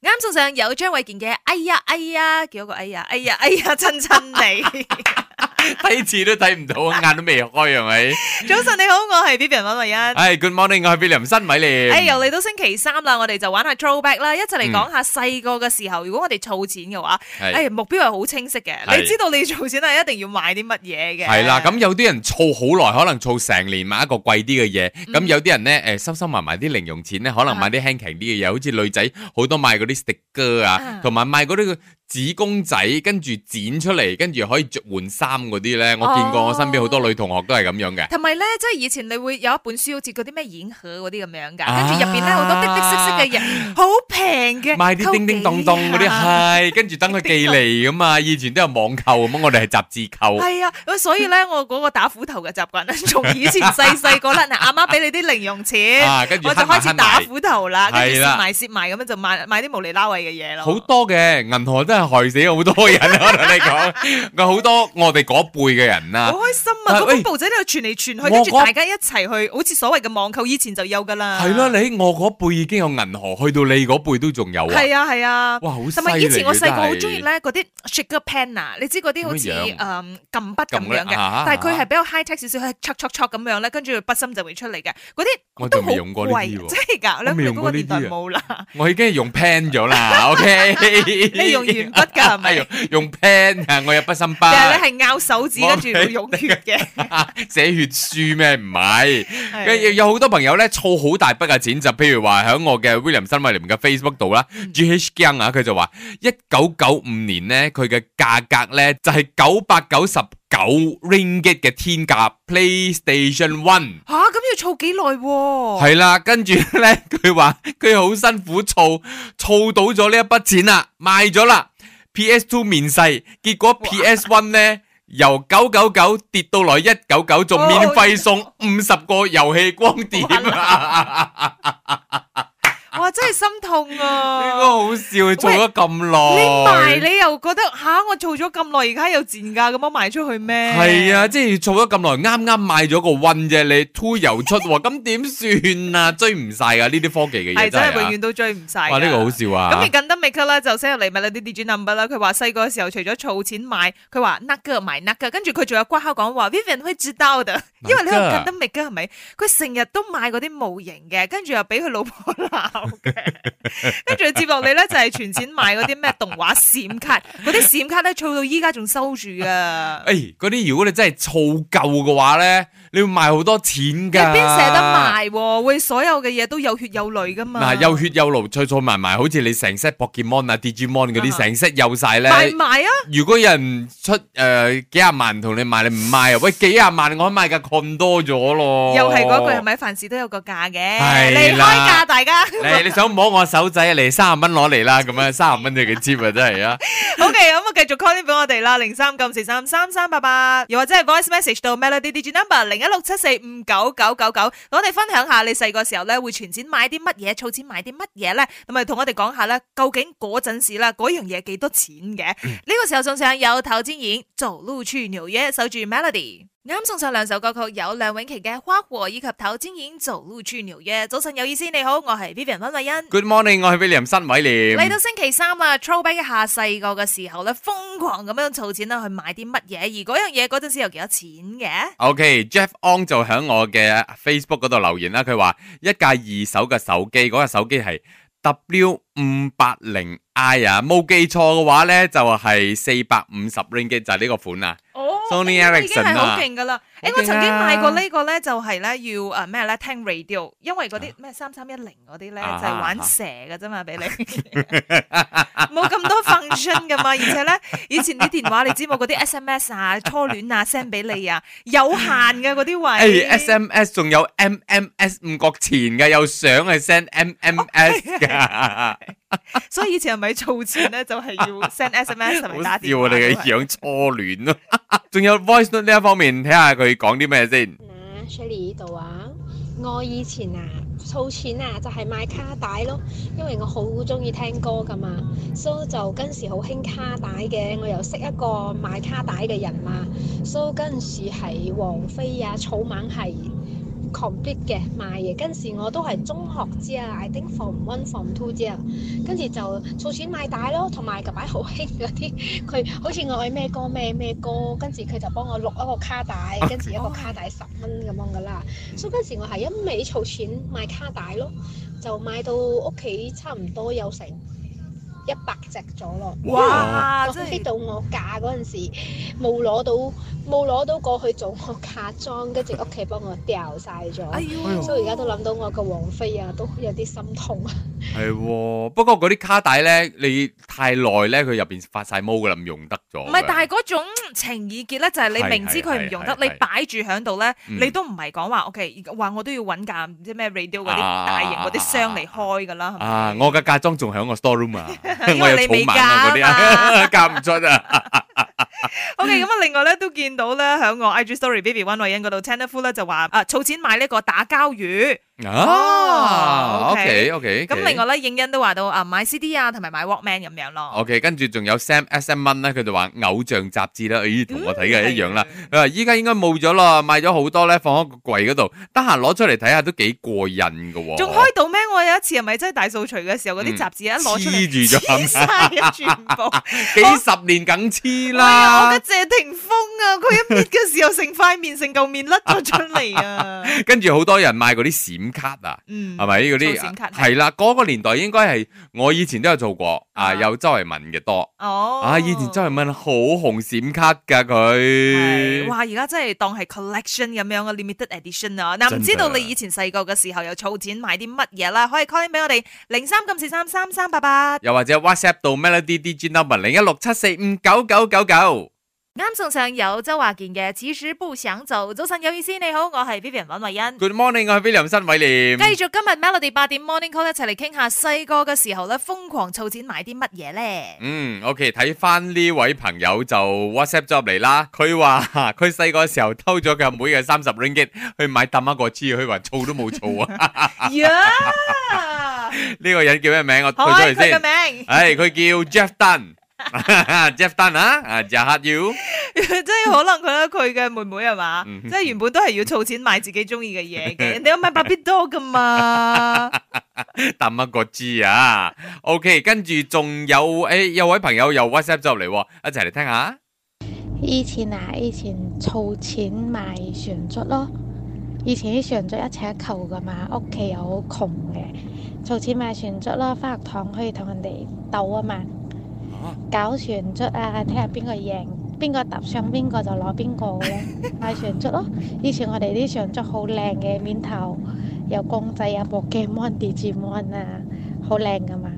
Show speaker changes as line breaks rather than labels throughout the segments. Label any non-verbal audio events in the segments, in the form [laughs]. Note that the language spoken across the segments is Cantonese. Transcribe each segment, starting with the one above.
啱送上有張衛健嘅，哎呀哎呀，叫個哎呀哎呀哎呀親親
[laughs]
你。 [laughs]
睇字都睇唔到，眼都未開係咪？
早晨你好，我係 Vivian 温慧欣。
唉，Good morning，我係 William 新米
誒、
廉。
又嚟到星期三啦，我哋就玩下 throwback 啦，一齊嚟講下細個嘅時候，如果我哋儲錢嘅話，誒、
嗯係
目哎標係好清晰嘅，
係
你知道你儲錢係一定要買啲乜嘢嘅。
係啦，咁有啲人儲好耐，可能儲成年買一個貴啲嘅嘢。
嗯
咁有啲人咧，誒收收埋埋啲零用錢咧，可
啊
能買啲輕強啲嘅嘢，好似女仔好多買嗰啲 sticker 啊
啊，
同埋買嗰啲個紙公仔，跟住剪出嚟，跟住可以着換衫嗰啲咧。
哦
我見過我身邊好多女同學都係咁樣嘅。
同埋咧，即係以前你會有一本書，好似嗰啲咩演盒嗰啲咁樣
啊
㗎，跟住入邊咧好多滴滴色色嘅嘢，好平嘅，啊
買啲叮叮當當嗰啲係，跟住
[laughs]
等佢寄嚟噶嘛。以前都有網購咁，我哋係雜誌購。
系啊，咁所以咧， [laughs] 我嗰個打斧頭嘅習慣咧，從以前細細個啦，嗱，阿媽俾你啲零用錢，
啊，跟住
我就
慳埋
開始
慳
打
埋
斧頭啦，跟住
係啦
蝕埋蝕埋咁樣就買買啲無厘拉位嘅嘢咯。
好多嘅銀河真係害死好多人啊！我同你講，我好多我哋嗰輩嘅人啦
好，開心啊！
啊
嗰
喂
本報紙喺度傳嚟傳
我
去，跟住
嗰
大家一齊去，好似所謂嘅網購，以前就有噶啦。
係啦，你我嗰輩已經有銀河，去到你嗰輩都仲有啊！
係啊係啊。
哇，好犀
同埋
利！
以前我細個好中意
真係
咧嗰啲 shaker pen 啊，你知嗰啲好似
點
誒
樣
撳筆咁
撳嗰
樣
啲
嘅，
啊
但係佢係比較 high tech 少少，係戳戳戳咁樣咧，跟住筆芯就會出嚟嘅。嗰
我
啲
仲
都
未
好
用過呢
貴，
啲
啊
喎
[laughs] 真係㗎！
我未
你
用
嗰
過
個
呢
年
啲啊
代冇
[laughs]
啦，
我已經係用 pen
[laughs]
咗啦，OK？
你用鉛筆
哎
㗎係咪
用 [laughs] 用 pen 啊，我有筆芯
但
筆，
係你係咬手
哎
指，跟住會湧血嘅。
[laughs] 寫血書咩？唔係。有有
係
有好多朋友咧，儲好大筆嘅錢，就譬如話喺我嘅 William 新威廉嘅 Facebook 度啦，G H g 啊，佢就話一九九五年咧，佢嘅價格咧就係九百九十九 ringgit 嘅天價 PlayStation One。
嚇咁要儲幾耐喎？
系啦，跟住咧， [laughs] 佢話佢好辛苦儲，儲到咗呢一筆錢啦，賣咗啦，PS Two 面世，結果 PS One 咧由九九九跌到來一九九，仲免費送五十個遊戲光碟啊！ [laughs]
哇！真係心痛
應該
啊！
好笑，佢做咗
拎埋
咁耐。
你又覺得吓，我做咗咁耐，而家有賤價咁樣賣出去咩？
係啊，即係做咗咁耐，啱啱買咗個 One 啫，你 Two 又出
[laughs]
喎，咁點算啊？追唔晒啊！呢啲科技嘅嘢
係
真
真係
係
永
啊
遠都追唔晒㗎。
哇！呢個好笑
咁
啊
而！近得 make 啦，就 send 入嚟咪啦啲 D G number 啦。佢話細個嘅時候除咗儲錢買，佢話 n u g 買 n u g 跟住佢仲有瓜口講話 Vivian 可以知道
[laughs]
嘅，因為你喺近得 make 係咪？佢成日都買嗰啲模型嘅，跟住又俾佢老婆鬧
[laughs]
嘅。跟住接落嚟咧就係存錢買嗰啲咩動畫閃卡，嗰啲閃卡咧儲到依家仲收住噶。
誒，嗰啲如果你真係儲夠嘅話咧，你要賣好多錢㗎。
你邊捨得？賣啊喎？會所有嘅嘢都有血有淚噶嘛？
嗱，有血有勞，儲儲埋埋，好似你成 set Pokemon 啊、Digimon 嗰啲，
啊
成 set 有晒咧。
賣埋啊！
如果有人出誒、呃、幾廿萬同你買，你唔買啊？喂，幾廿萬我可以買架 con 多咗咯。
又係嗰句啊係咪？凡事都有個價嘅，
哦係
離開
啦
價大家。
你你想摸我手仔嚟三十蚊攞嚟啦，咁樣三十蚊就幾 cheap 啊，真係啊！
[laughs] 好嘅，咁啊繼續 call 啲俾我哋啦，零三九四三三三八八，又或者係 voice message 到 melody digit number 零一六七四五九九九九，我哋分享下你細個時候咧會存錢買啲乜嘢，儲錢買啲乜嘢咧，同埋同我哋講下咧，究竟嗰陣時啦，嗰樣嘢幾多錢嘅？呢、個時候送上有頭先演做 l u c i 守住 melody。啱送上兩首歌曲，有梁詠琪嘅《花火》以及頭先演做 l u c i 早晨有意思，你好，我係 Vivian 温慧欣。
Good morning，我係 William 新偉
嚟
廉。
到星期三啦，throwback 一下細個嘅時候咧，瘋狂咁樣儲錢啦，啊去買啲乜嘢，而嗰樣嘢嗰陣時有幾多錢嘅？
OK，Jeff、On 就喺我嘅 Facebook 嗰度留言啦，佢話一架二手嘅手機，嗰、架手機係 W 五八零 I à, 啊，冇記錯嘅話咧就係四百五十 ringgit 就係呢個款啊。
哦
Sony
呢個已經
Ericsson
係
啊
好勁噶啦！
好勁
誒
啊，
我曾經買過呢個咧，就係咧要誒咩咧聽 radio，因為嗰啲咩三三一零嗰啲咧就
啊
係玩蛇嘅啫嘛，
[laughs]
俾你冇咁多 function 噶嘛，而且咧以前啲電話你知冇嗰啲 SMS 啊、初戀啊 send 俾你啊，有限嘅嗰啲位。
诶、s 哎 m s 仲有 MMS 五角錢嘅，有相係 send MMS 噶，
所以以前係咪儲錢咧，就係要 send SMS 同
好
埋
笑
打
啊！你
電話都係。
嘅樣初戀咯， [laughs] 仲有 voice note 呢一方面，睇下佢講啲咩先。
啊 Shirley 呢度啊，我以前啊儲錢啊就係、買卡帶咯，因為我好中意聽歌噶嘛，所、so, 以就嗰陣時好興卡帶嘅，我又識一個賣卡帶嘅人嘛，所以嗰陣時係王菲啊、草蜢係 complete 嘅買嘢，跟時我都係中學之啊，I think form one form two 之啊，跟住就儲錢買帶咯，同埋近排好興嗰啲， [laughs] 佢好似我愛咩歌咩咩歌，跟住佢就幫我錄一個卡帶，跟住一個卡帶十蚊咁樣噶啦，所以嗰時我係一味儲錢買卡帶咯，就買到屋企差唔多有成一百隻咗咯。
哇！
我
真
fit
係
到我嫁嗰陣時，冇攞到冇攞到過去做我嫁妝，跟住屋企幫我掉晒咗，
哎呦
哎呦
所以而家都諗到我個王妃啊，都有啲心痛啊！
系喎，不過嗰啲卡帶咧，你太耐咧，佢入边發晒毛噶啦，唔用得咗㗎。
唔係，但係嗰種情意結咧，就係你明知佢唔用得，
係係係係
你擺住喺度咧，
嗯
你都唔係講話 OK，話我都要揾架唔知咩 radio 嗰啲
啊
大型嗰啲箱嚟開㗎啦，係咪
啊，我嘅嫁妝仲喺我 store room 啊，
因
我有
為你
儲
未
埋啊嗰啲啊， [laughs] 嫁唔出啊。
OK，咁啊，另外咧都見到咧，喺我 IG Story Baby 温慧欣嗰度 t e n d e r f u l 咧就話啊，儲錢買呢個打膠魚。
啊
哦
À, ，OK
，OK
OK，
咁另外咧，應欣都話到啊，買 CD 啊，同埋買 Walkman 咁樣咯。
OK，跟住仲有 Sam S M 蚊咧，佢就話偶像雜誌啦，咦，同我睇
Ừ.
嘅一樣啦。
嗯。
佢話依家應該冇咗啦，買咗好多咧，放喺個櫃嗰度，得閒攞出嚟睇下都幾過癮噶喎。
仲開到咩？我有一次係咪真係大掃除嘅時候，嗰
嗯
啲雜誌一攞出嚟
黐住咗
黐晒啊，全部。
[laughs] 幾十年梗黐
哎呀，我
啦
嘅。謝霆鋒啊，佢
[laughs]
一搣嘅時候，成塊面、成嚿面甩咗出嚟
[laughs]
啊！
跟住好多人買嗰啲閃卡啊。
嗯，
係咪
做
嗰
閃
啲啊
卡
係啦？嗰個年代應該係我以前都有做過啊，
啊
有周慧敏嘅多
哦，
啊，以前周慧敏好紅閃卡㗎
係
佢，
哇！而家真係當係 collection 咁樣嘅 limited edition 啊！嗱，
真
唔
㗎
知道你以前細個嘅時候有儲錢買啲乜嘢啦？可以 call in 俾我哋零三九四三三三八八。
又或者 WhatsApp 到 Melody DJ number 零一六七四五九九九九。
啱送上有周華健嘅《此時不想走》。早晨有意思，你好，我係 Vivian 尹慧欣。
Good morning，我係 William 新偉廉。
繼續今日 Melody 八點 Morning Call 一齊嚟傾下細個嘅時候咧，瘋狂儲錢買啲乜嘢咧？
嗯，OK，睇翻呢位朋友就 WhatsApp 咗入嚟啦。佢話 [laughs] 佢細個嘅時候偷咗佢阿妹嘅三十 ringgit 去買抌一個黐，佢話儲都冇儲啊！ [laughs]
呀，
呢個人叫咩名？我退
開
咗佢
佢
先。
嘅名。 [laughs]
唉，佢叫 Jeff [laughs] Dunn，Jeff Dunn 啊，啊 j a h you，
即係可能佢咧，佢嘅妹妹係嘛，
嗯
即係原本都係要儲錢買自己中意嘅嘢
[laughs]
嘅，人哋有買百變多噶嘛。
抌一個 G 啊，OK，跟住仲有诶，有位朋友又 WhatsApp 咗入嚟喎，一齊嚟聽下。
以前啊，以前儲錢買船卒咯。以前啲船卒一尺一球噶嘛，屋企又好窮嘅，儲錢買船卒咯。翻學堂可以同人哋鬥啊嘛，搞船卒啊，睇下邊個贏，邊個搭上邊個就攞邊個嘅咯。買船卒咯，以前我哋啲船卒好靚嘅，面頭有公仔啊、部 Game d i g i m o n 啊，好靚噶嘛，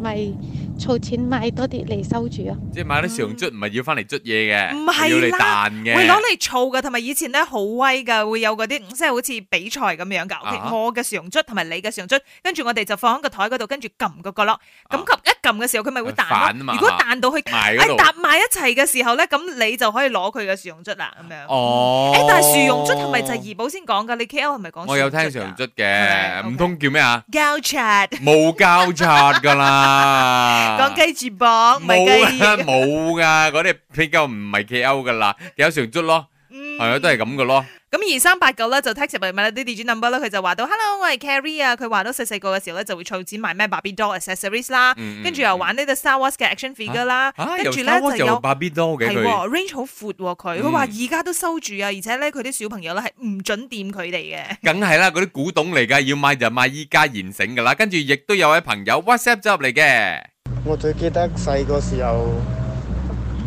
咪儲錢買多啲嚟收住咯。
即係買啲常卒唔係要翻嚟捽嘢嘅，
唔係
要嚟
啦
彈
會攞
嘅。
嚟儲噶，同埋以前咧好威噶，會有嗰啲即係好似比賽咁樣噶。
啊
OK，我嘅上卒同埋你嘅上卒，跟住我哋就放喺個台嗰度，跟住撳個角落。咁撳一撳嘅時候，佢咪會彈
啊反啊
咯。
嘛
如果彈
[laughs]
到佢
埋嗰
誒
度
哎搭埋一齊嘅時候咧，咁你就可以攞佢嘅上卒啦。咁樣。
哦，
誒，但係樹用卒係咪就係怡寶先講噶？你 K L 係咪講？
我有聽常卒
係
嘅，
，OK
唔通叫咩啊？
交叉
冇交叉噶啦，
[laughs] 講雞翅膀，唔係
啊冇
雞
啊 [laughs] 冇噶，嗰啲比較唔係 KO 噶啦，有常卒咯，
嗯
係啊都係咁噶咯。
咁二三八九咧就 text 入嚟問啦啲 DJ number 啦，佢就話到 Hello，我係 Carrie 啊，佢話到細細個嘅時候咧就會儲錢買咩 Barbie doll accessories 啦，
嗯
跟住又玩呢個 Star Wars 嘅 action figure 啦，
啊，
跟
由
住
沙
咧
窩
就
就
有。
芭比多嘅
係
佢。
喎，range 好闊喎佢，佢話
嗯
而家都收住啊，而且咧佢啲小朋友咧係唔准掂佢哋嘅。
梗係啦，嗰啲古董嚟噶，要買就買依家現成噶啦。跟住亦都有位朋友 WhatsApp 咗入嚟嘅，
我最記得細個時候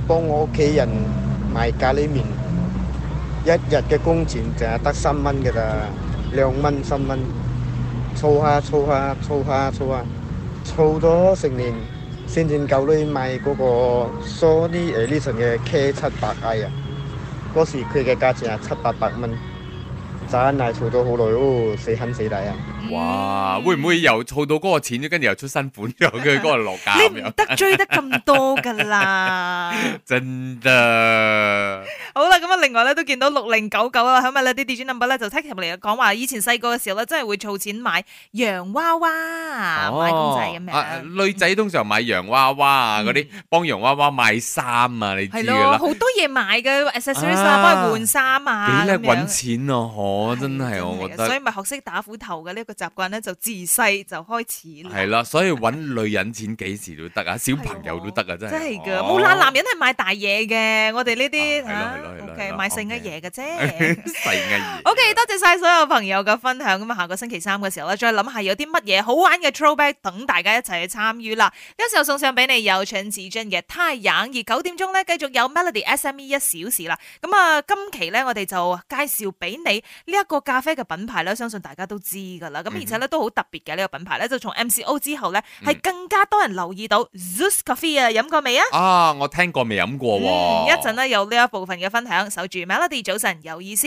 幫我屋企人賣咖喱麵，一日嘅工錢淨係得三蚊㗎咋，兩蚊三蚊，儲下儲下儲下儲下，儲咗成年先至夠呢買嗰個 Sony Ericsson 嘅 K 七百 I 啊，嗰時佢嘅價錢係七八百蚊，真係儲咗好耐哦，死慳死抵啊！
嗯
哇，會唔會又儲到嗰個錢，跟住又出新款，又跟住嗰個落價咁
你唔
樣？
得追得咁多噶啦。
真的，
[laughs] 好啦，咁啊，另外咧都見到六零九九啊，喺咪咧啲 D J number 咧就 take 入嚟講話，以前細個嘅時候咧，真係會儲錢買洋娃娃、啊，買公仔咁
哦啊
樣，
女仔通常買洋娃娃啊，嗰啲幫洋娃娃買衫啊，你知
係
噶
咯，
啦，
好多嘢買嘅 accessories 啊，
啊
幫佢換衫啊，
幾叻
咁
搵
樣。
錢啊！可真係，我覺
所以
得啊
咪學識打斧頭嘅呢一個習慣咧，就自細就開始啦。
係啦，所以搵女人錢幾時都得啊，小朋友都得啊，真係
真係噶，
哦
冇啦，男人係買大嘢嘅，我哋呢啲
啊係
嚇
咯係咯係咯係
，OK
咯
買細嘅
OK
嘢嘅啫。
細藝
O.K. 多謝晒所有朋友嘅分享，咁啊下個星期三嘅時候咧，再諗下有啲乜嘢好玩嘅 throwback 等大家一齊去參與啦。呢個時候送上俾你有陳子俊嘅《太陽》，而九點鐘咧繼續有 Melody SME 一小時啦。咁啊，今期咧我哋就介紹俾你呢一個咖啡嘅品牌咧，相信大家都知㗎啦。咁而且咧都好特別嘅呢個品牌咧，就從 MCO 之後咧係更加多人留意到 Zeus Coffee 啊，飲過未啊？
啊，我聽過未飲過
嗯，一
喎，
陣咧有呢一部分嘅分享，守住 Melody 早晨有意思。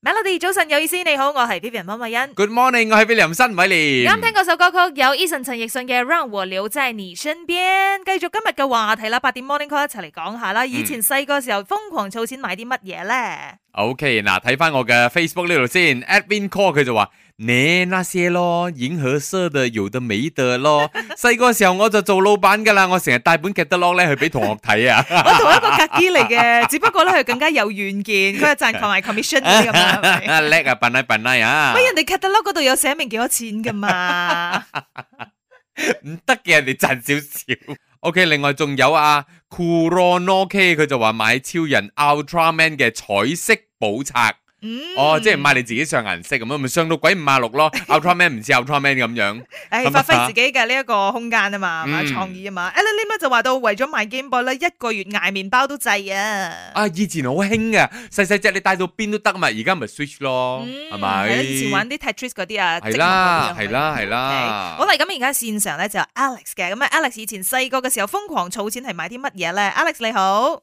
Melody 早晨有意思，你好，我係 Vivian 温慧欣。
Good morning，我係 William 新偉廉。
啱聽嗰首歌曲有 Eason 陳奕迅嘅《Round 和了在你身邊》，繼續今日嘅話題啦，八點 Morning Call 一齊嚟講下啦。
嗯
以前細個時候瘋狂儲錢買啲乜嘢咧？
OK，嗱，睇翻我嘅 Facebook 呢度先，Advin Call 佢就話：你那些咯，影合色的，有的沒
[laughs]
得咯。細個時候我就做老闆噶啦，我成日帶本 catalog 咧去俾同學
[laughs]
睇啊。
我同一個格機嚟
[laughs]
嘅，只不過咧佢更加有遠見，佢係賺埋 commission 嗰啲咁樣係咪。
啊 [laughs] 叻啊，笨啊笨啊啊！
喂，人哋 catalog 嗰度有寫明幾多錢噶
[laughs]
嘛？
唔得嘅，人哋賺少少。OK，另外仲有啊 c o r o n o K，佢就話買超人 Ultraman 嘅彩色簿冊。
嗯，
哦，即係買你自己上顏色咁樣，咪上到鬼五馬六
[laughs]
咯。Ultraman 唔似 Ultraman 咁樣。
誒
咁
發揮
啊
自己嘅呢一個空間啊嘛，係嘛
嗯
創意啊嘛。Alan Lim 咧就話到為咗買 Game Boy 咧，一個月捱麵包都滯啊。
啊，以前好興嘅，細細只你帶到邊都得嘛，而家咪 Switch 咯，係咪？
嗯係咯以前玩啲 Tetris 嗰啲啊，
係
積木嗰
啦，
啲啊
係啦，
係咪
係
OK，
啦。
好啦，咁而家線上咧就有 Alex 嘅，咁啊 Alex 以前細個嘅時候瘋狂儲錢係買啲乜嘢咧？Alex 你好，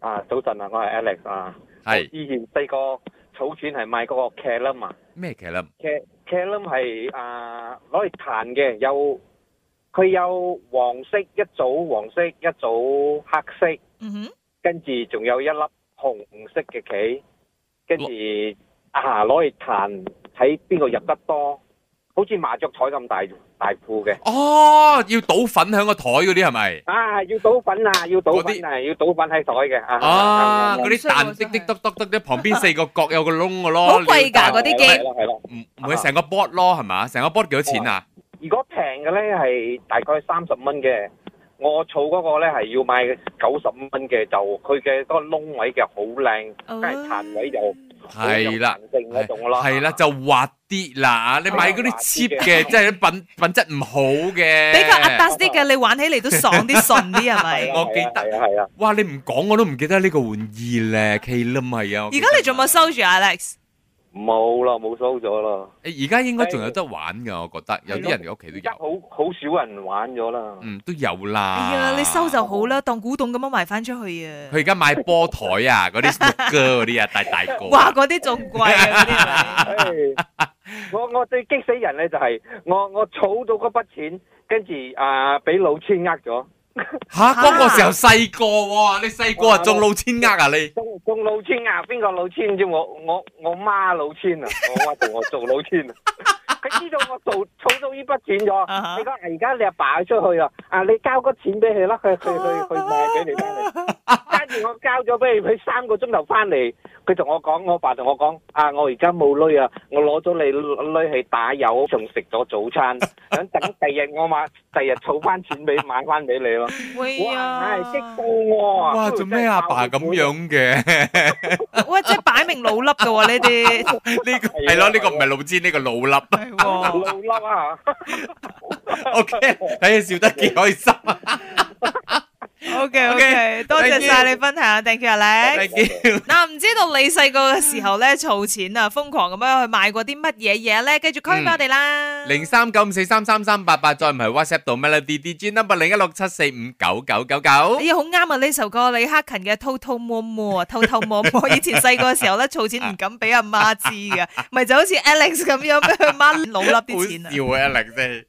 啊，早晨啊，我係 Alex 啊。
係
以前細個儲錢係買嗰個 c a l u m 啊
咩劇啦？
c a l u m 係啊攞嚟彈嘅，有佢有黃色一組黃色一組黑色，
嗯哼，
跟住仲有一粒紅色嘅棋，跟住啊攞嚟彈睇邊個入得多，好似麻雀台咁大大副嘅。
哦，要倒粉喺個台嗰啲係咪？
啊！要賭粉啊！要賭
嗰
粉
啲
啊！要賭粉喺台嘅啊！
啊，嗰啲
咁衰喎
彈滴
真係
滴篤篤篤啲，旁邊四個角有個窿嘅咯。
好貴㗎
你要
嗰
彈
啲
係
game，
咯係咯。
唔唔係成個 board 咯，係嘛？成個 board 幾多錢啊？
如果平嘅咧係大概三十蚊嘅，我儲嗰個咧係要買九十蚊嘅，就佢嘅嗰個窿位嘅好靚，
哦
梗係彈位就好有
係啦
彈。性嗰種咯。
係啦，就滑啲啦。你買嗰啲
係啊
cheap
滑
嘅，
啲嘅
即
[laughs]
係啲品品質唔好嘅。
比較 a d 啲嘅，你玩起嚟都爽啲、順啲係咪
係
[laughs]
啊，？
我記得
係啊係啊，
哇！你唔講我都唔記得呢個玩意咧，K 冧係啊！我
而
記
家
得
你仲有冇收住啊 Alex？
冇啦，冇收咗啦，
誒而家應該仲有得玩㗎，我覺得有啲人嘅屋企都
而家
有，
好好少人玩咗
[laughs]
啦。
嗯都有
哎
啦。
呀，你收就好啦，當古董咁樣賣翻出去啊
佢！而家買波台啊，
[laughs]
嗰啲 snooker 嗰啲啊，大大個。
哇，嗰啲仲貴啊！嗰啲係咪
唉我我最激死人咧就係我我儲到嗰筆錢，跟住啊俾老千呃咗。
嚇！嗰個時候細個喎，你細個啊中老千呃啊你。
仲仲老千啊？邊個老千啫？我我我媽老千
[laughs]
啊！我媽同我做老千啊！佢知道我做儲到呢筆錢
啊哈
咗，你講而家你阿爸出去啦，啊你交個錢俾佢啦，佢佢佢佢買俾你翻
[laughs]
嚟。跟住我交咗俾佢，佢三個鐘頭翻嚟，佢同我講，我阿爸同我講，啊我而家冇女啊，我攞咗你女去打油，仲食咗
[laughs]
早餐，想等第日我買，第日儲翻錢俾買翻俾你咯。
喂
哇！唉，激
呀
到！我啊！
哇！做咩阿爸咁樣嘅？
喂，即係擺明老笠嘅喎呢
[laughs]
啲， [laughs]
呢個係咯，呢
啊
個唔係老千，呢個老笠。
係喎。
老笠啊！
OK，睇你笑得幾開心啊！
OK OK，多謝
thank you
晒你分享，thank you Alex。
Thank you
嗱，唔知道你細個嘅時候咧，儲錢啊，瘋狂咁樣去買過啲乜嘢嘢咧？繼續 call 俾我哋啦。
嗯零三九五四三三三八八，再唔係 WhatsApp 到 Melody DJ number 零一六七四五九九九九
哎。呀，好啱啊！呢首歌李克勤嘅《偷偷摸摸》啊，偷偷摸摸。以前細個嘅時候咧，儲錢唔敢俾
[laughs]
阿媽知嘅，咪就好似 Alex 咁樣俾佢媽老笠啲錢啊
好笑啊，Alex 真係